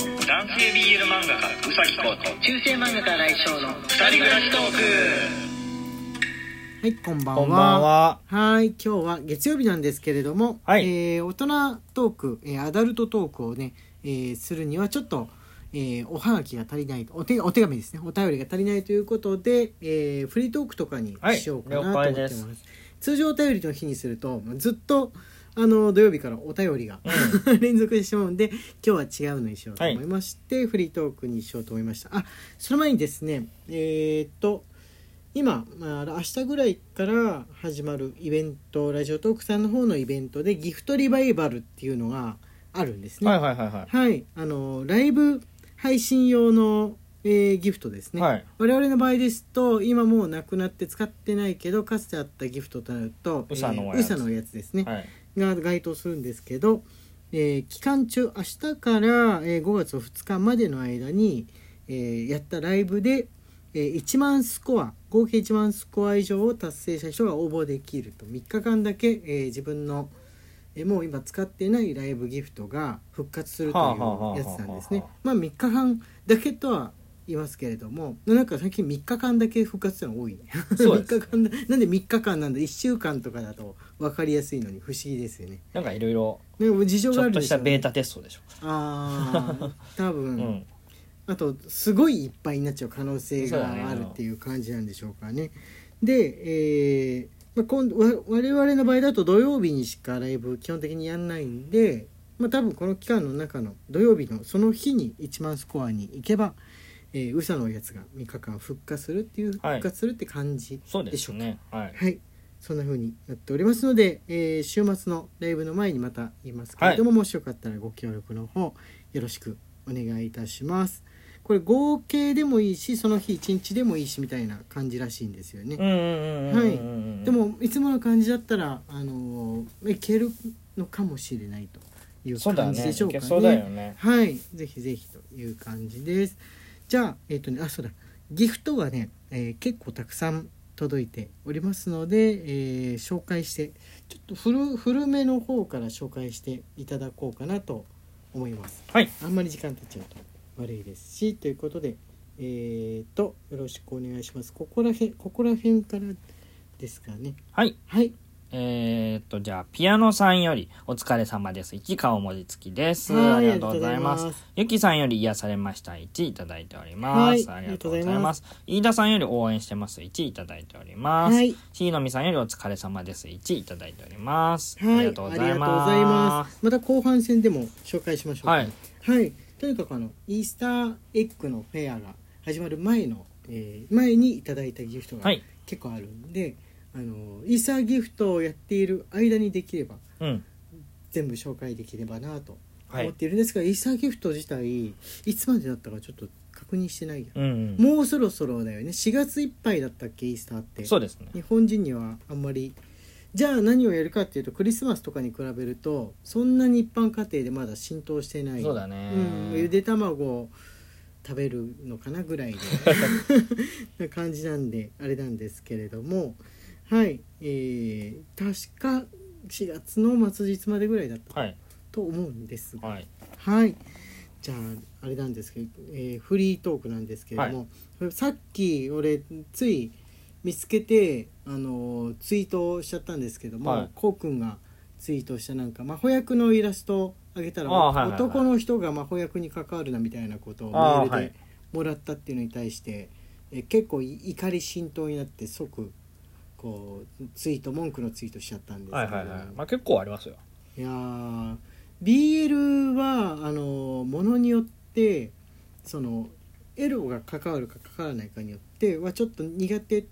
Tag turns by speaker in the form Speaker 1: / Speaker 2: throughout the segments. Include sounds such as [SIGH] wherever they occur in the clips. Speaker 1: 系 BL 漫画家うさぎこと
Speaker 2: 中世漫画家来翔のは
Speaker 1: 二人暮らしトーク
Speaker 2: いこんばんは
Speaker 3: こんばんは。
Speaker 2: はい今日は月曜日なんですけれども、
Speaker 3: はい
Speaker 2: えー大人トーク、えーアダルトトークをね、えーするにはちょっと、えーおはがきが足りないお手お手紙ですねお便りが足りないということで、えーフリートークとかにしようかなと思っ
Speaker 3: は
Speaker 2: て
Speaker 3: い
Speaker 2: ま,、
Speaker 3: 了解ですす
Speaker 2: 通常お便りの日にするとずっとあの土曜日からお便りが、 [LAUGHS] 連続してしまうんで今日は違うのにしようと思いまして、フリートークにしようと思いましたあその前にですねえーっと今、まあ、明日ぐらいから始まるイベントラジオトークさんの方のイベントでギフトリバイバルっていうのがあるんですね
Speaker 3: はいはいはいは
Speaker 2: はいあのライブ配信用の、えーギフトです
Speaker 3: い。
Speaker 2: ね、
Speaker 3: はい。
Speaker 2: 我々の場合ですと今もうなくなって使ってないけどかつてあったギフトとなると
Speaker 3: ウサの
Speaker 2: え
Speaker 3: や
Speaker 2: ー
Speaker 3: つ
Speaker 2: ウサのやつですね、
Speaker 3: はい。
Speaker 2: が該当するんですけど、えー期間中明日から、えー5月2日までの間に、えーやったライブで、えー1万スコア合計1万スコア以上を達成した人が応募できると3日間だけ、えー自分の、えーもう今使ってないライブギフトが復活すると
Speaker 3: はあはあはあ
Speaker 2: いう
Speaker 3: はあ
Speaker 2: やつなんですね。まあ3日間だけとは言いますけれどもなんか最近3日間だけ復活するの多いね。
Speaker 3: そうで
Speaker 2: [LAUGHS]
Speaker 3: す
Speaker 2: 3日間だなんで3日間なんだ1週間とかだと分かりやすいのに不思議ですよね。
Speaker 3: なんかいろいろ
Speaker 2: でも事情
Speaker 3: ち
Speaker 2: があ
Speaker 3: ょっ
Speaker 2: る
Speaker 3: と
Speaker 2: で
Speaker 3: し
Speaker 2: しょ
Speaker 3: た
Speaker 2: う
Speaker 3: ベー
Speaker 2: ね、
Speaker 3: タテストでしょ
Speaker 2: ああ多分、
Speaker 3: [LAUGHS] うか。うん。
Speaker 2: あとすごいいっぱいになっちゃう可能性があるっていう感じなんでしょうかね。で、えーまあ、今度わ我々の場合だと土曜日にしかライブ基本的にやんないんで、まあ、多分この期間の中の土曜日のその日に1万スコアに行けば、えー、ウサのやつが3日間復活するっていう
Speaker 3: はい
Speaker 2: 復活するって感じでしょ
Speaker 3: そう
Speaker 2: うか。
Speaker 3: ですね。はい。
Speaker 2: はい、そんな風になっておりますので、えー週末のライブの前にまた言いますけれども、もしよかったらご協力の方よろしくお願いいたします。これ合計でもいいし、その日一日でもいいしみたいな感じらしいんですよね。
Speaker 3: うんうんうんうんうん。
Speaker 2: はい
Speaker 3: い
Speaker 2: で、もいつもの感じだったらあのーいけるのかもしれないという
Speaker 3: そうだ
Speaker 2: 感
Speaker 3: ね。
Speaker 2: じでしょ
Speaker 3: い
Speaker 2: か
Speaker 3: うけ
Speaker 2: ね。
Speaker 3: そうだよね。
Speaker 2: はい、ぜひぜひという感じです。じゃあ、えっ、とね、あ、そうだ。ギフトがね、えー結構たくさん届いておりますので、えー紹介して、ちょっと古古めの方から紹介していただこうかなと思います。
Speaker 3: はい。
Speaker 2: あんまり時間経っちゃうと悪いですし、ということで、えっ、と、よろしくお願いします。ここらへん、ここら辺からですかね。
Speaker 3: はい。
Speaker 2: はい。
Speaker 3: えーっと、じゃあ、ピアノさんより、お疲れ様です。1、顔文字付きです。
Speaker 2: はい
Speaker 3: ありがとうございま
Speaker 2: ありがとうございますす。
Speaker 3: ゆきさんより、癒されました。1、いただいております。
Speaker 2: はい
Speaker 3: ありがとうございます。飯田さんより、応援してます。1、いただいております。
Speaker 2: はい。
Speaker 3: ひのみさんより、お疲れ様です。1、いただいております。
Speaker 2: はい、
Speaker 3: ありがとうございます。
Speaker 2: ありがとうございます。また後半戦でも紹介しましょうか、
Speaker 3: はい。
Speaker 2: はいとにかくあのイースターエッグのフェアが始まる前の、えー前にいただいたギフト
Speaker 3: は
Speaker 2: が
Speaker 3: い。
Speaker 2: 結構あるんで、あのイースターギフトをやっている間にできれば
Speaker 3: うん。
Speaker 2: 全部紹介できればなと
Speaker 3: は
Speaker 2: 思っ
Speaker 3: い。
Speaker 2: ているんですが、イースターギフト自体いつまでだったかちょっと確認してないや、
Speaker 3: うんうん。
Speaker 2: もうそろそろだよね4月いっぱいだったっけイースターって
Speaker 3: そうですね。
Speaker 2: 日本人にはあんまりじゃあ何をやるかっていうとクリスマスとかに比べるとそんなに一般家庭でまだ浸透してない
Speaker 3: そうだね
Speaker 2: うん、ゆで卵を食べるのかなぐらい
Speaker 3: [LAUGHS]
Speaker 2: の感じなんであれなんですけれどもはいえー、確か4月の末日までぐらいだった
Speaker 3: はい。
Speaker 2: と思うんですが
Speaker 3: はい。
Speaker 2: はい。じゃああれなんですけど、えーフリートークなんですけれども、さっき俺つい見つけてあのーツイートしちゃったんですけども、
Speaker 3: はい
Speaker 2: こうくんがツイートしたなんかまほ役のイラストをあげたら、
Speaker 3: あーはいはいはい
Speaker 2: 男の人がまほ役に関わるなみたいなことをメ
Speaker 3: あー
Speaker 2: ー
Speaker 3: は
Speaker 2: ルで
Speaker 3: い
Speaker 2: もらったっていうのに対して、えー結構い怒り浸透になって即こうツイート文句のツイートしちゃったんですけ
Speaker 3: はい
Speaker 2: ど、
Speaker 3: はいはい。まあ結構ありますよ。
Speaker 2: いやー BL はあのものによってそのエロが関わるか関わらないかによってはちょっと苦手っ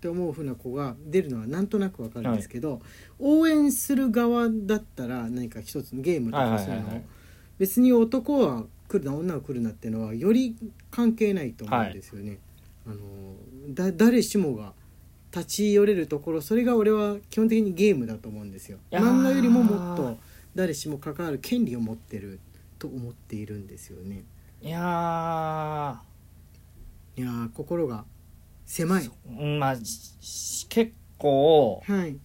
Speaker 2: て思うふうな子が出るのはなんとなくわかるんですけど、応援する側だったら何か一つのゲームとかそういう
Speaker 3: はいはいはいは
Speaker 2: の
Speaker 3: い
Speaker 2: 別に男は来るな女は来るなっていうのはより関係ないと思うんですよね。あのだ誰しもが立ち寄れるところそれが俺は基本的にゲームだと思うんですよ
Speaker 3: いやー
Speaker 2: 漫画よりももっと誰しも関わる権利を持ってると思っているんですよね
Speaker 3: いやー
Speaker 2: いやー心が狭い
Speaker 3: うんまあしし結構
Speaker 2: はい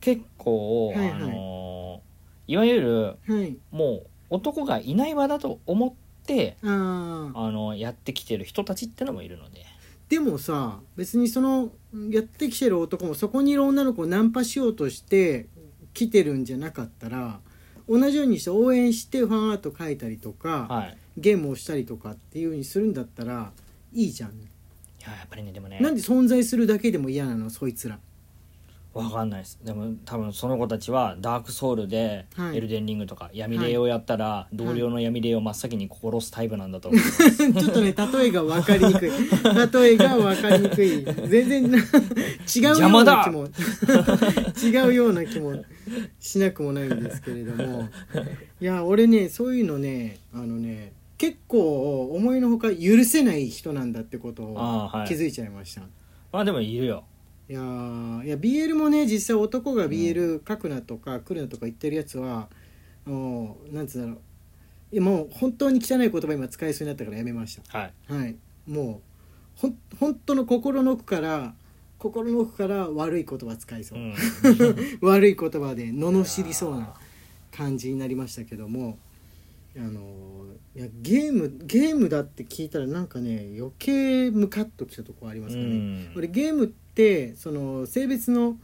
Speaker 3: 結構、
Speaker 2: はいはい
Speaker 3: あのーいわゆる
Speaker 2: はい
Speaker 3: もう男がいない場だと思っって
Speaker 2: あー
Speaker 3: あのやってきてる人たちってのもいるので
Speaker 2: でもさ別にそのやってきてる男もそこにいる女の子をナンパしようとして来てるんじゃなかったら同じようにして応援してファンアート書いたりとか、
Speaker 3: はい
Speaker 2: ゲームをしたりとかっていう風にするんだったらいいじゃん、
Speaker 3: いややっぱりねでもね
Speaker 2: なんで存在するだけでも嫌なのそいつら [LAUGHS]
Speaker 3: わかんないですでも多分その子たちはダークソウルで
Speaker 2: はい
Speaker 3: エルデンリングとか闇霊をやったら、同僚の闇霊を真っ先に殺すタイプなんだと思う、
Speaker 2: ちょっとね例えが分かりにくい例えが分かりにくい全然な違うよう
Speaker 3: 邪魔
Speaker 2: な
Speaker 3: だ
Speaker 2: 気も違うような気もしなくもないんですけれどもいや俺ねそういうのねあのね結構思いのほか許せない人なんだってことを
Speaker 3: ああはい
Speaker 2: 気づいちゃいました、
Speaker 3: [LAUGHS] まあでもいるよ
Speaker 2: いやーいや BL もね実際男が BL 書くなとか来るなとか言ってるやつは、もうなんつうんだろういやもう本当に汚い言葉今使いそうになったからやめまし
Speaker 3: はい
Speaker 2: たはいもうほん本当の心の奥から心の奥から悪い言葉使いそうう、
Speaker 3: ん
Speaker 2: [LAUGHS] 悪い言葉で罵りそうな感じになりましたけどもあのーいやゲームゲームだって聞いたらなんかね余計ムカッときたとこありますかね、
Speaker 3: うん
Speaker 2: 俺ゲームってその性別の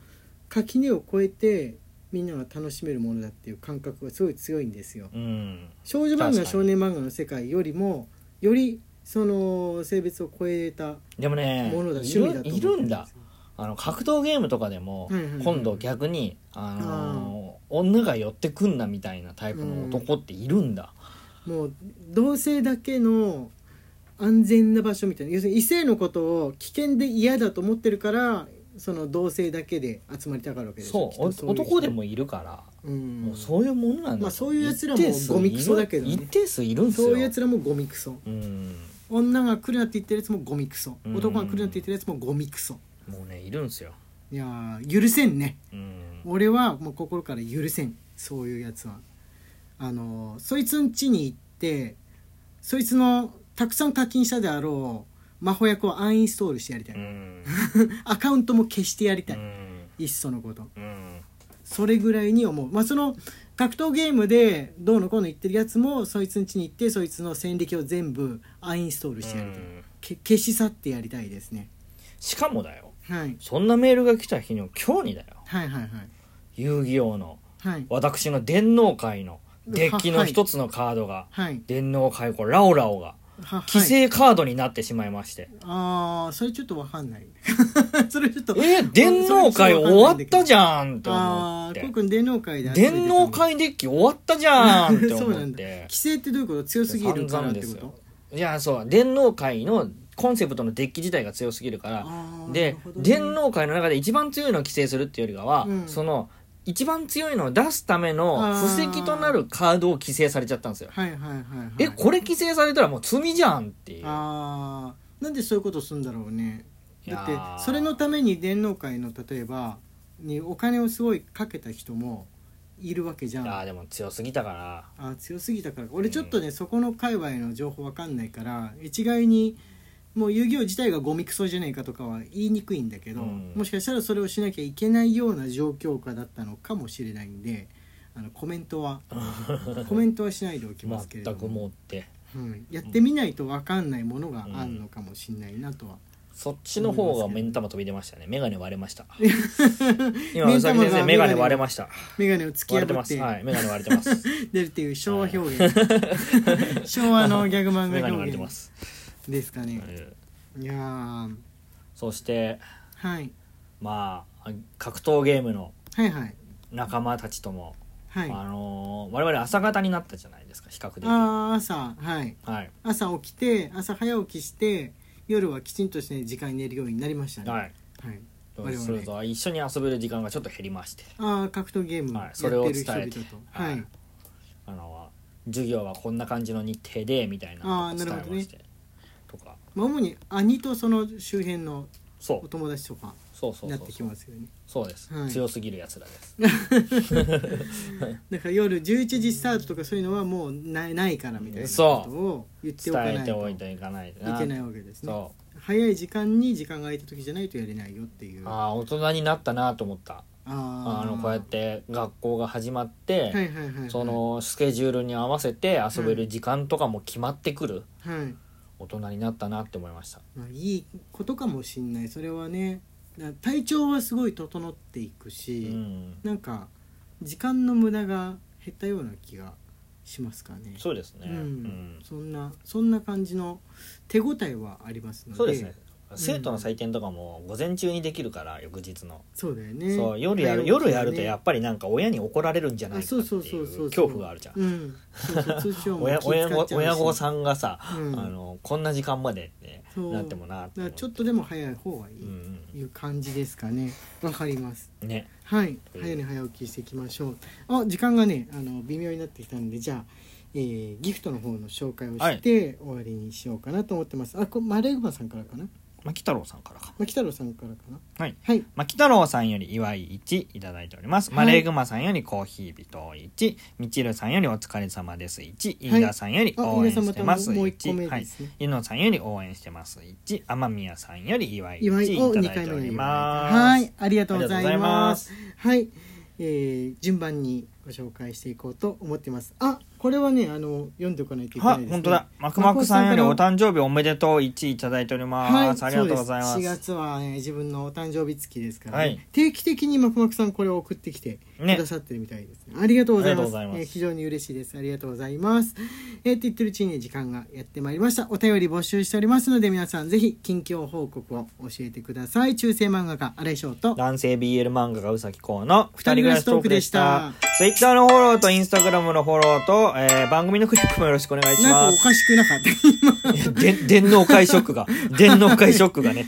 Speaker 2: 垣根を越えてみんなが楽しめるものだっていう感覚がすごい強いんですよ
Speaker 3: うん
Speaker 2: 少女漫
Speaker 3: 確か
Speaker 2: 画
Speaker 3: に
Speaker 2: 少年漫画の世界よりもよりその性別を超えた
Speaker 3: でもね
Speaker 2: ものだ
Speaker 3: い
Speaker 2: 種類だ
Speaker 3: る
Speaker 2: と思
Speaker 3: い
Speaker 2: って
Speaker 3: るん
Speaker 2: で
Speaker 3: だ
Speaker 2: すよ
Speaker 3: あの格闘ゲームとかでも、
Speaker 2: はいはいはい
Speaker 3: 今度逆に、あのー女が寄ってくんなみたいなタイプの男っているんだ、
Speaker 2: もう同性だけの安全な場所みたいな要するに異性のことを危険で嫌だと思ってるからその同性だけで集まりたがるわけでしょきっ
Speaker 3: そ
Speaker 2: と
Speaker 3: う
Speaker 2: い人
Speaker 3: 男でもいるから、
Speaker 2: うん
Speaker 3: もうそういうものなんだ、
Speaker 2: まあそういう奴らもゴミクソだけどね
Speaker 3: 一定数いるんですよ
Speaker 2: そういうやつらもゴミクソ
Speaker 3: うん
Speaker 2: 女が来るなって言ってるやつもゴミクソ
Speaker 3: うん
Speaker 2: 男が来るなって言ってるやつもゴミクソ
Speaker 3: もうねいるんですよ、
Speaker 2: いやー許せんね
Speaker 3: うん、
Speaker 2: 俺はもう心から許せんそういうやつはあのーそいつん家に行ってそいつのたくさん課金したであろう魔法薬をアンインストールしてやりたい、
Speaker 3: うん
Speaker 2: アカウントも消してやりたい、
Speaker 3: うん
Speaker 2: いっそのこと
Speaker 3: うん
Speaker 2: それぐらいに思うまあその格闘ゲームでどうのこうの言ってるやつもそいつん家に行ってそいつの戦歴を全部アンインストールしてやりたい、
Speaker 3: うん
Speaker 2: け消し去ってやりたいですね
Speaker 3: しかもだよ
Speaker 2: はい
Speaker 3: そんなメールが来た日の今日にだよ
Speaker 2: はいはいはい
Speaker 3: 遊戯王の
Speaker 2: はい
Speaker 3: 私の電脳界のデッキの一つのカードが
Speaker 2: はい
Speaker 3: 電脳界こうラオラオが
Speaker 2: は
Speaker 3: 規
Speaker 2: はい、
Speaker 3: 制カードになってしまいまして、
Speaker 2: ああそれちょっとわかんない [LAUGHS] それちょっと
Speaker 3: えー、電脳界終わった
Speaker 2: ゃん
Speaker 3: じゃんと思
Speaker 2: あ
Speaker 3: っ
Speaker 2: あーこう
Speaker 3: て
Speaker 2: くん電脳界で集めてたの
Speaker 3: 電脳界デッキ終わったじゃんって
Speaker 2: [LAUGHS] そうな
Speaker 3: 思っ
Speaker 2: んだ
Speaker 3: て
Speaker 2: 規制ってどういうこと強すぎるからって
Speaker 3: 散々です
Speaker 2: こ
Speaker 3: よ
Speaker 2: と
Speaker 3: いやそう電脳界のコンセプトのデッキ自体が強すぎるから
Speaker 2: あーな
Speaker 3: で
Speaker 2: るほどね
Speaker 3: 電脳界の中で一番強いのを規制するっていうよりかは、
Speaker 2: うん
Speaker 3: その一番強いのを出すための
Speaker 2: あー
Speaker 3: 布石となるカードを規制されちゃったんですよ。
Speaker 2: はいはいはいはい
Speaker 3: えこれ規制されたらもう罪じゃんっていう。
Speaker 2: ああなんでそういうことするんだろうね
Speaker 3: い
Speaker 2: だ
Speaker 3: や
Speaker 2: っ
Speaker 3: ー
Speaker 2: てそれのために電脳界の例えばにお金をすごいかけた人もいるわけじゃん
Speaker 3: あーでも強すぎた
Speaker 2: [LAUGHS]
Speaker 3: から
Speaker 2: あ強すぎたからか俺ちょっとね、そこの界隈の情報わかんないから一概にもう遊戯王自体がゴミクソじゃないかとかは言いにくいんだけど、
Speaker 3: うん
Speaker 2: もしかしたらそれをしなきゃいけないような状況下だったのかもしれないんであのコメントはコメントはしないでおきますけれど
Speaker 3: 全くもうって
Speaker 2: うん、やってみないとわかんないものがあるのかもしれないなとは、
Speaker 3: そっちの方が目ん玉飛び出ましたね眼鏡割れ
Speaker 2: [LAUGHS]
Speaker 3: ました今
Speaker 2: 目ん玉が
Speaker 3: うさぎ先生
Speaker 2: 眼
Speaker 3: 眼
Speaker 2: 鏡
Speaker 3: 鏡割れました
Speaker 2: 眼鏡を突き
Speaker 3: 割れて
Speaker 2: 破
Speaker 3: ま
Speaker 2: っ
Speaker 3: す
Speaker 2: て
Speaker 3: はい眼鏡割れてます
Speaker 2: [LAUGHS] 出るっていう昭和表現 [LAUGHS] 昭和のギャグ漫画
Speaker 3: 眼鏡割れ
Speaker 2: 表
Speaker 3: てま
Speaker 2: 現
Speaker 3: す、
Speaker 2: ですかね
Speaker 3: え
Speaker 2: いやー
Speaker 3: ーそして
Speaker 2: はい
Speaker 3: まあ格闘ゲームの
Speaker 2: はいはい
Speaker 3: 仲間たちとも、
Speaker 2: はい
Speaker 3: あ
Speaker 2: あ
Speaker 3: のー我々朝方になったじゃないですか比較的は
Speaker 2: あー朝はい
Speaker 3: い
Speaker 2: 朝起きて朝早起きして夜はきちんとして時間に寝るようになりましたね
Speaker 3: はい
Speaker 2: はい
Speaker 3: そうすると一緒に遊べる時間がちょっと減りまして
Speaker 2: ああ格闘ゲーム
Speaker 3: はい
Speaker 2: やって
Speaker 3: それを
Speaker 2: る
Speaker 3: 伝え
Speaker 2: 人
Speaker 3: て
Speaker 2: 々とはい、
Speaker 3: はいあの授業はこんな感じの日程でみたいな
Speaker 2: あー
Speaker 3: ことを
Speaker 2: なるほどね
Speaker 3: 伝えまして、とか
Speaker 2: まあ、主に兄とその周辺の
Speaker 3: そ
Speaker 2: お
Speaker 3: う
Speaker 2: 友達とか
Speaker 3: そうそう
Speaker 2: にな
Speaker 3: そ
Speaker 2: っ
Speaker 3: う
Speaker 2: てき
Speaker 3: そう
Speaker 2: ますよね
Speaker 3: そうです、
Speaker 2: はい
Speaker 3: 強すぎるやつらです
Speaker 2: だから夜11時スタートとかそういうのはもうないないからみたいな
Speaker 3: そ
Speaker 2: こと
Speaker 3: う
Speaker 2: を言っておかな
Speaker 3: 伝え
Speaker 2: い
Speaker 3: てお
Speaker 2: と
Speaker 3: い
Speaker 2: い
Speaker 3: ていかないと
Speaker 2: けないわけですね
Speaker 3: そ
Speaker 2: 早い時間に時間が空いた時じゃないとやれないよっていううあ
Speaker 3: ああ大人になったなと思った
Speaker 2: あ
Speaker 3: あ
Speaker 2: ー
Speaker 3: のこうやって学校が始まって、
Speaker 2: はいはいはいはい
Speaker 3: そのスケジュールに合わせて遊べる時間とかも決まってくる
Speaker 2: はい
Speaker 3: 大人になったなって思いました
Speaker 2: まあ、いいことかもしんないそれはねだ体調はすごい整っていく
Speaker 3: う
Speaker 2: し、
Speaker 3: ん
Speaker 2: なんか時間の無駄が減ったような気がしますかね
Speaker 3: そうですね
Speaker 2: う
Speaker 3: うんん
Speaker 2: そんなそんな感じの手応えはありますので
Speaker 3: そうですね
Speaker 2: ん
Speaker 3: 生徒の採点とかも午前中にできるから翌日の
Speaker 2: そうだよね
Speaker 3: そう夜や
Speaker 2: 早
Speaker 3: る
Speaker 2: 起き
Speaker 3: 夜
Speaker 2: ね
Speaker 3: やるとやっぱりなんか親に怒られるんじゃない
Speaker 2: あ
Speaker 3: かって
Speaker 2: そ
Speaker 3: いうう
Speaker 2: そうそうそう
Speaker 3: 恐怖があるじゃん
Speaker 2: うんそうそう通知音も
Speaker 3: 親
Speaker 2: 気
Speaker 3: 親
Speaker 2: 使っ
Speaker 3: 御
Speaker 2: ちゃうし
Speaker 3: 親御さんがさ、
Speaker 2: うん
Speaker 3: あのこんな時間までって
Speaker 2: そう
Speaker 3: なってもなって
Speaker 2: だか
Speaker 3: 思
Speaker 2: ら
Speaker 3: う
Speaker 2: ちょっとでも早い方がいい、
Speaker 3: うん
Speaker 2: いう感じですかねわかります
Speaker 3: うんね
Speaker 2: はい、
Speaker 3: うん
Speaker 2: 早寝早起きしていきましょうあ時間がねあの微妙になってきたのでじゃあ、えーギフトの方の紹介をして終わりにしようかなと思ってます、あこれマレグマさんからかな
Speaker 3: 牧太郎さんからか
Speaker 2: 牧太郎さんからかな
Speaker 3: はい
Speaker 2: はい
Speaker 3: 牧太郎さんより祝い1いただいております、
Speaker 2: はい
Speaker 3: マレーグマさんよりコーヒー人1みちるさんよりお疲れ様です1
Speaker 2: はい
Speaker 3: 飯田さんより
Speaker 2: あ
Speaker 3: 応援してま
Speaker 2: 飯田
Speaker 3: す
Speaker 2: さんまたもう一個目
Speaker 3: 1は
Speaker 2: で
Speaker 3: い
Speaker 2: すね
Speaker 3: ゆのさんより応援してます1天宮さんより祝い
Speaker 2: 祝
Speaker 3: 1
Speaker 2: い
Speaker 3: い
Speaker 2: を
Speaker 3: た
Speaker 2: 2
Speaker 3: だい
Speaker 2: 回
Speaker 3: て
Speaker 2: 目
Speaker 3: お
Speaker 2: の
Speaker 3: り
Speaker 2: 祝い
Speaker 3: ます
Speaker 2: はいありがとうござ
Speaker 3: ありがとうござ
Speaker 2: い
Speaker 3: い
Speaker 2: ま
Speaker 3: ますす
Speaker 2: はい、えー順番にご紹介していこうと思ってますあこれはねあの読んでおかないといけな
Speaker 3: はい
Speaker 2: ですね
Speaker 3: 本当だマクマクさんよりお
Speaker 2: マクマクさんから
Speaker 3: 誕生日おめでとう1いただいております、ありがとうございま
Speaker 2: そ
Speaker 3: す
Speaker 2: うで4月は、えー自分のお誕生日月ですから、ね
Speaker 3: はい
Speaker 2: 定期的にマクマクさんこれを送ってきてく
Speaker 3: ね
Speaker 2: ださってるみたいですねありがとうございま
Speaker 3: あ
Speaker 2: す
Speaker 3: りがとうございます
Speaker 2: えー非常に嬉しいですありがとうございますえー、って言ってるうちに時間がやってまいりましたお便り募集しておりますので皆さんぜひ近況報告を教えてください中世漫画家荒井翔と
Speaker 3: 男性 BL 漫画がうさきこうの二人暮らしトークでし
Speaker 2: 二人
Speaker 3: た
Speaker 2: 暮。
Speaker 3: Twitter のフォローと Instagram のフォローと、えー番組のクリップもよろしくお願いし
Speaker 2: な
Speaker 3: ま
Speaker 2: んかお
Speaker 3: す。 [LAUGHS]
Speaker 2: かしくなかった今
Speaker 3: で電脳会ショックが、電脳会ショックがね、